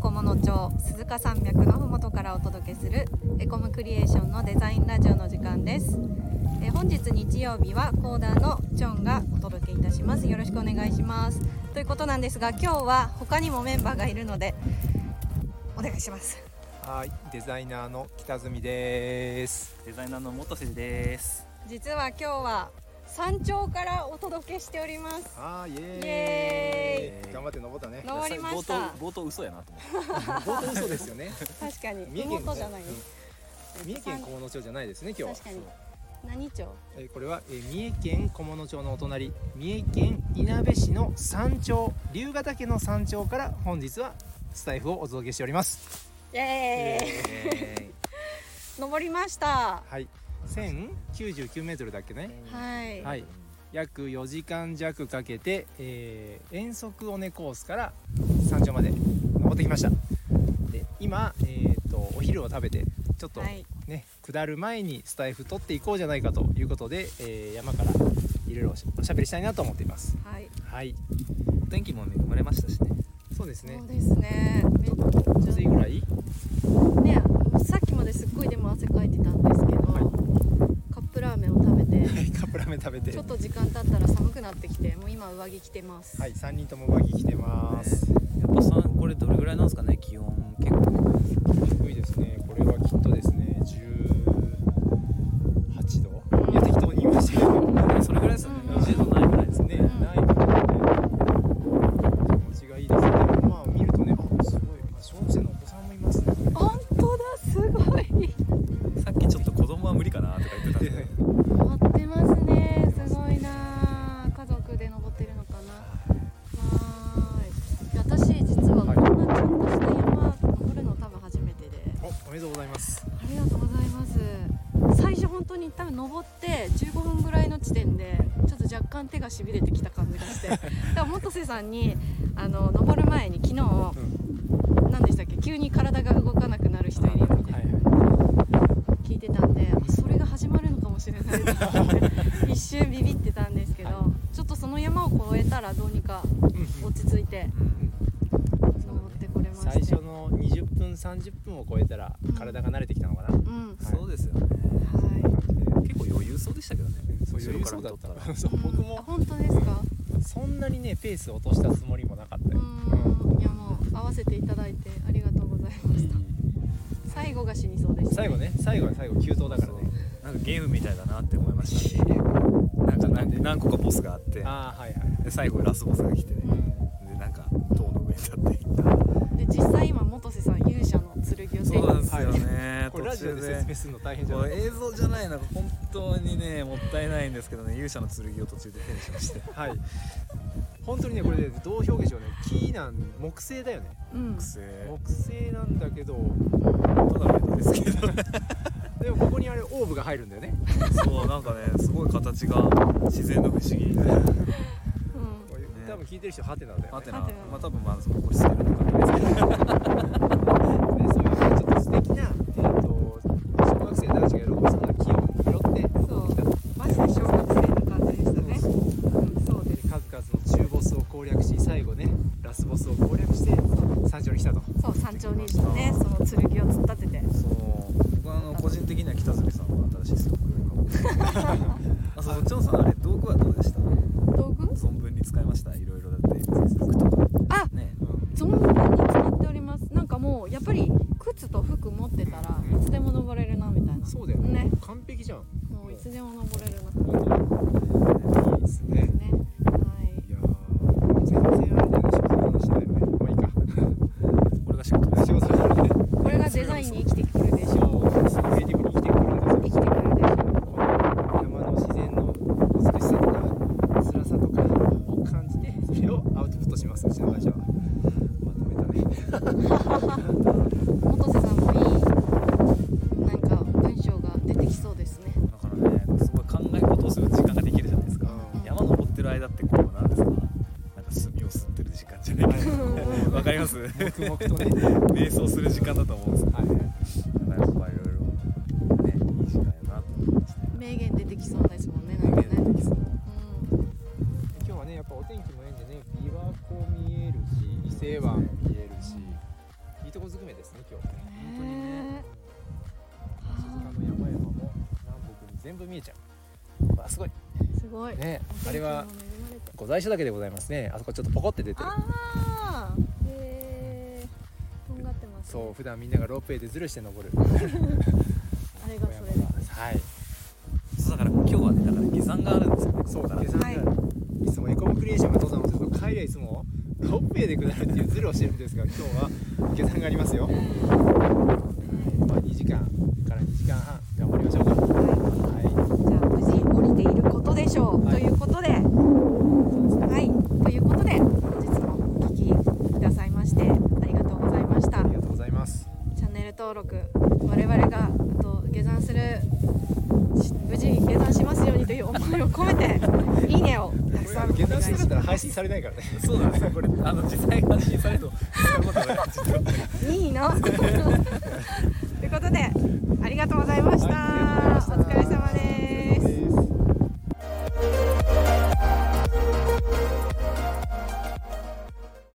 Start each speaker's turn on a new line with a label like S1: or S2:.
S1: 小物町鈴鹿山脈のふもとからお届けするエコムクリエーションのデザインラジオの時間ですえー本日日曜日はコーダーのチョンがお届けいたしますよろしくお願いしますということなんですが今日は他にもメンバーがいるのでお願いします
S2: はい、デザイナーの北住です。
S3: デザイナーの元瀬です。
S1: 実は今日は山頂からお届けしております
S2: あーイ
S1: イエ
S3: ーイ
S2: 頑張って登っ たね。
S1: 登りまし
S3: 冒頭
S1: た
S3: 冒頭嘘やなと思って。
S2: 冒頭嘘です よね。
S1: 確かに
S2: 三重県
S1: 麓じゃない
S2: うん三重県菰野町じゃないですね。今日は。
S1: 確かに何町
S2: えーこれは、えー三重県菰野町のお隣、三重県いなべ市の山頂、龍ヶ岳の山頂から本日はスタイフをお届けしております。
S1: イエーイ
S2: イエーイ
S1: 登りました
S2: はい、千九十九メートルだっけね。
S1: はい、
S2: はい、約4時間弱かけて、えー遠足尾根コースから山頂まで登ってきましたで今、えー、とお昼を食べてちょっと
S1: はい
S2: ね、下る前にスタイフ取っていこうじゃないかということで、えー山からいろいろおしおしゃべりしたいなと思っています
S1: はい
S2: はい
S3: 天気も恵まれましたしね。
S2: そうですね
S1: そうですねめっ
S2: 暑い
S1: ち
S2: ぐらい
S1: ゃねさっきまですっごいでも汗かいてたんですけど、カップラーメンを食べて
S2: はいカップラーメン食べて
S1: ちょっと時間経ったら寒くなってきてもう今上着着てます、
S2: はい3人とも上着着てます、
S3: やっぱさこれどれぐらいなんですかね気温結構。
S2: 低いですねこれはきっとですね18度いや適当に言いましたけど
S3: それぐらいですよね
S1: うん。
S3: 20度ないぐらいですね。
S2: ね、
S1: うん
S2: ないところで気持ちがいいですね。まあ見るとね、あすごい、まあ小学生のお子さんもいますね。
S1: 本当だすご い
S3: さっきちょっと子供は無理かなとか言ってたんで。
S1: 乗ってますねすごいな家族で登ってるのかなはーいいや私実はこんなちゃんとした山登るの多分初めてで
S2: お、おめでとうございます。
S1: ありがとうございます最初本当に多分登って15分ぐらいの地点でちょっと若干手がしびれてきた感じがして だから元瀬さんにあの登る前に昨日、何でしたっけ急に体が動かなくなる人いるよみたいな、
S2: は
S1: 聞いてたんであそれが始まるのかもしれないなと思って 一瞬ビビってたんですけど、ちょっとその山を越えたらどうにか
S2: い。
S1: 落ち着いて
S3: うん
S1: 登ってこれまして
S2: 最初の20分30分を超えたら
S1: うん
S2: 体が慣れてきたのかな。感
S1: うん
S3: そうですよね。
S1: は
S2: じで
S3: 結構余裕そうでしたけどね。
S2: そう
S3: 後ろ
S2: いう
S3: か
S2: そう
S3: ら
S2: だっ
S3: 見とった
S2: た。
S3: ら。
S2: そう
S1: い、
S2: 僕
S1: うんあ
S2: も
S1: 本当ですか
S2: そんなにねペースを落としたつもりもなかった
S1: う
S2: よ。
S1: んいやもう合わせていただいてありがとうございました最後が死にそうでした
S2: 最後ね、最後は最後急騰だからね。
S3: なんかゲームみたいだなって思いましたね。なんか何何個かボスがあって、
S2: ああはいはい。
S3: で最後ラスボスが来てね。
S1: う
S3: でなんか塔の上に立っていった。
S1: んで実際今元瀬さん勇者の剣を手に
S3: そうなん
S1: 入
S3: ですよね。
S2: これラ
S3: 途
S2: ジオ
S3: 中
S2: で
S3: で
S2: 説明するの大変じゃ
S3: こ
S2: な
S3: れ
S2: い。
S3: 映像じゃないのが本当にねもったいないんですけどね勇者の剣を途中で手にしまして
S2: はい。本当にねこれでどう表現しようね。木なん木製だよね。
S1: うん
S3: くせー
S2: 木製なんだけど
S3: 音だけですけど
S2: でもここにあれオーブが入るんだよね
S3: そうなんかねすごい形が自然の不思議
S1: うん
S2: これ多分聞いてる人ハテナだよ
S3: ハ
S2: ね
S3: テナ
S1: ハテナ
S3: まあ多分まあそのこれ捨てるのかな
S2: でそういうちょっと素敵な、えー、と小学生男子が喜びそうな木を拾って
S1: そう
S2: 持ってきた
S1: マジで小学生の感じでしたね
S2: そうそう
S1: うんそうです
S2: で数々の中ボスを攻略し最後ねラスボスを攻略して山頂に来たと
S1: そう山頂にねその剣を突っ立てて
S3: そう僕はあの個人的には北住さんが新しいストックよりかもあそうチョンさんあれ道具はどうでした
S1: 道具
S3: 存分に使いましたいろいろだって服とか
S1: あ
S3: ね
S1: 存分に使っておりますなんかもうやっぱり靴と服持ってたらいつでも登れるなみたいな
S2: そうだよ
S1: ね
S2: 完璧じゃん
S1: もういつでも登れるなね
S2: いいですね
S1: はい
S2: いやー全然あれだよね仕事の話だよねまあいいか
S3: 俺が仕事です
S2: 仕事の話で
S1: これがデザインに生きてくるでし
S2: 今
S1: ょう
S2: 日クリエイティブに生きてくるんですよ
S1: 生きてくるでしょう
S2: この山の自然の美しさとか辛さとかを感じてそれをアウトプットしますうちの会社はまとめたね
S1: 元瀬さんもいいなんか文章が出てきそうですね
S3: だからねすごい考え事をする時間ができるじゃないですか、
S1: うん
S3: 山登ってる間ってこうなんですかなんか墨を吸ってる時間じゃないかわかります
S2: 黙々とね
S3: 瞑想する時間だと思うんです
S2: はい
S3: けどだからやっぱいろいろねいい時間やなと思いました
S1: 名言出てきそうですもんねなんかね
S3: ねできそう
S1: うん
S2: 今日はねやっぱお天気もいいんでね琵琶湖見えるし伊勢湾見えるしいとこずくめですね今日
S3: 本当にね
S2: 鈴鹿の山々も南北に全部見えちゃうわあすごい
S1: すごい。
S2: ね
S1: お天気にも恵ま
S2: あれは
S1: れて。
S2: 御在所だけでございますねあそこちょっとポコって出てる
S1: ああ。へえ。とんがってます、
S2: そう
S1: ね。
S2: 普段みんながロープウェイでズルして登る
S1: あれがそれだ。
S2: はい
S3: そうだから今日はねだから下山があるんですよね
S2: そうだ
S3: ね
S2: 下山がある、い、つもエコムクリエーションが登山をすると帰りはいつもロープウェイで下るっていうズルをしてるんですが今日は下山がありますよ、まあ、2時間から2時間半頑張りましょうか
S1: はい
S2: は
S1: じゃあ無事降りていることでしょう。
S2: はい
S1: ということで、はい。ということで本日もお聞きくださいましてありがとうございました
S2: いあ。りがとうございます
S1: チャンネル登録我々があと下山するし無事下山しますようにという思いを込めていいねをたくさんお
S2: これ
S1: 願い
S2: 下山し
S1: し
S2: てなかった
S1: ま
S2: ら配信されないからね
S3: そうなんですよこれあの実際発信されるとそういうことね
S1: すいいのということでありがとうございました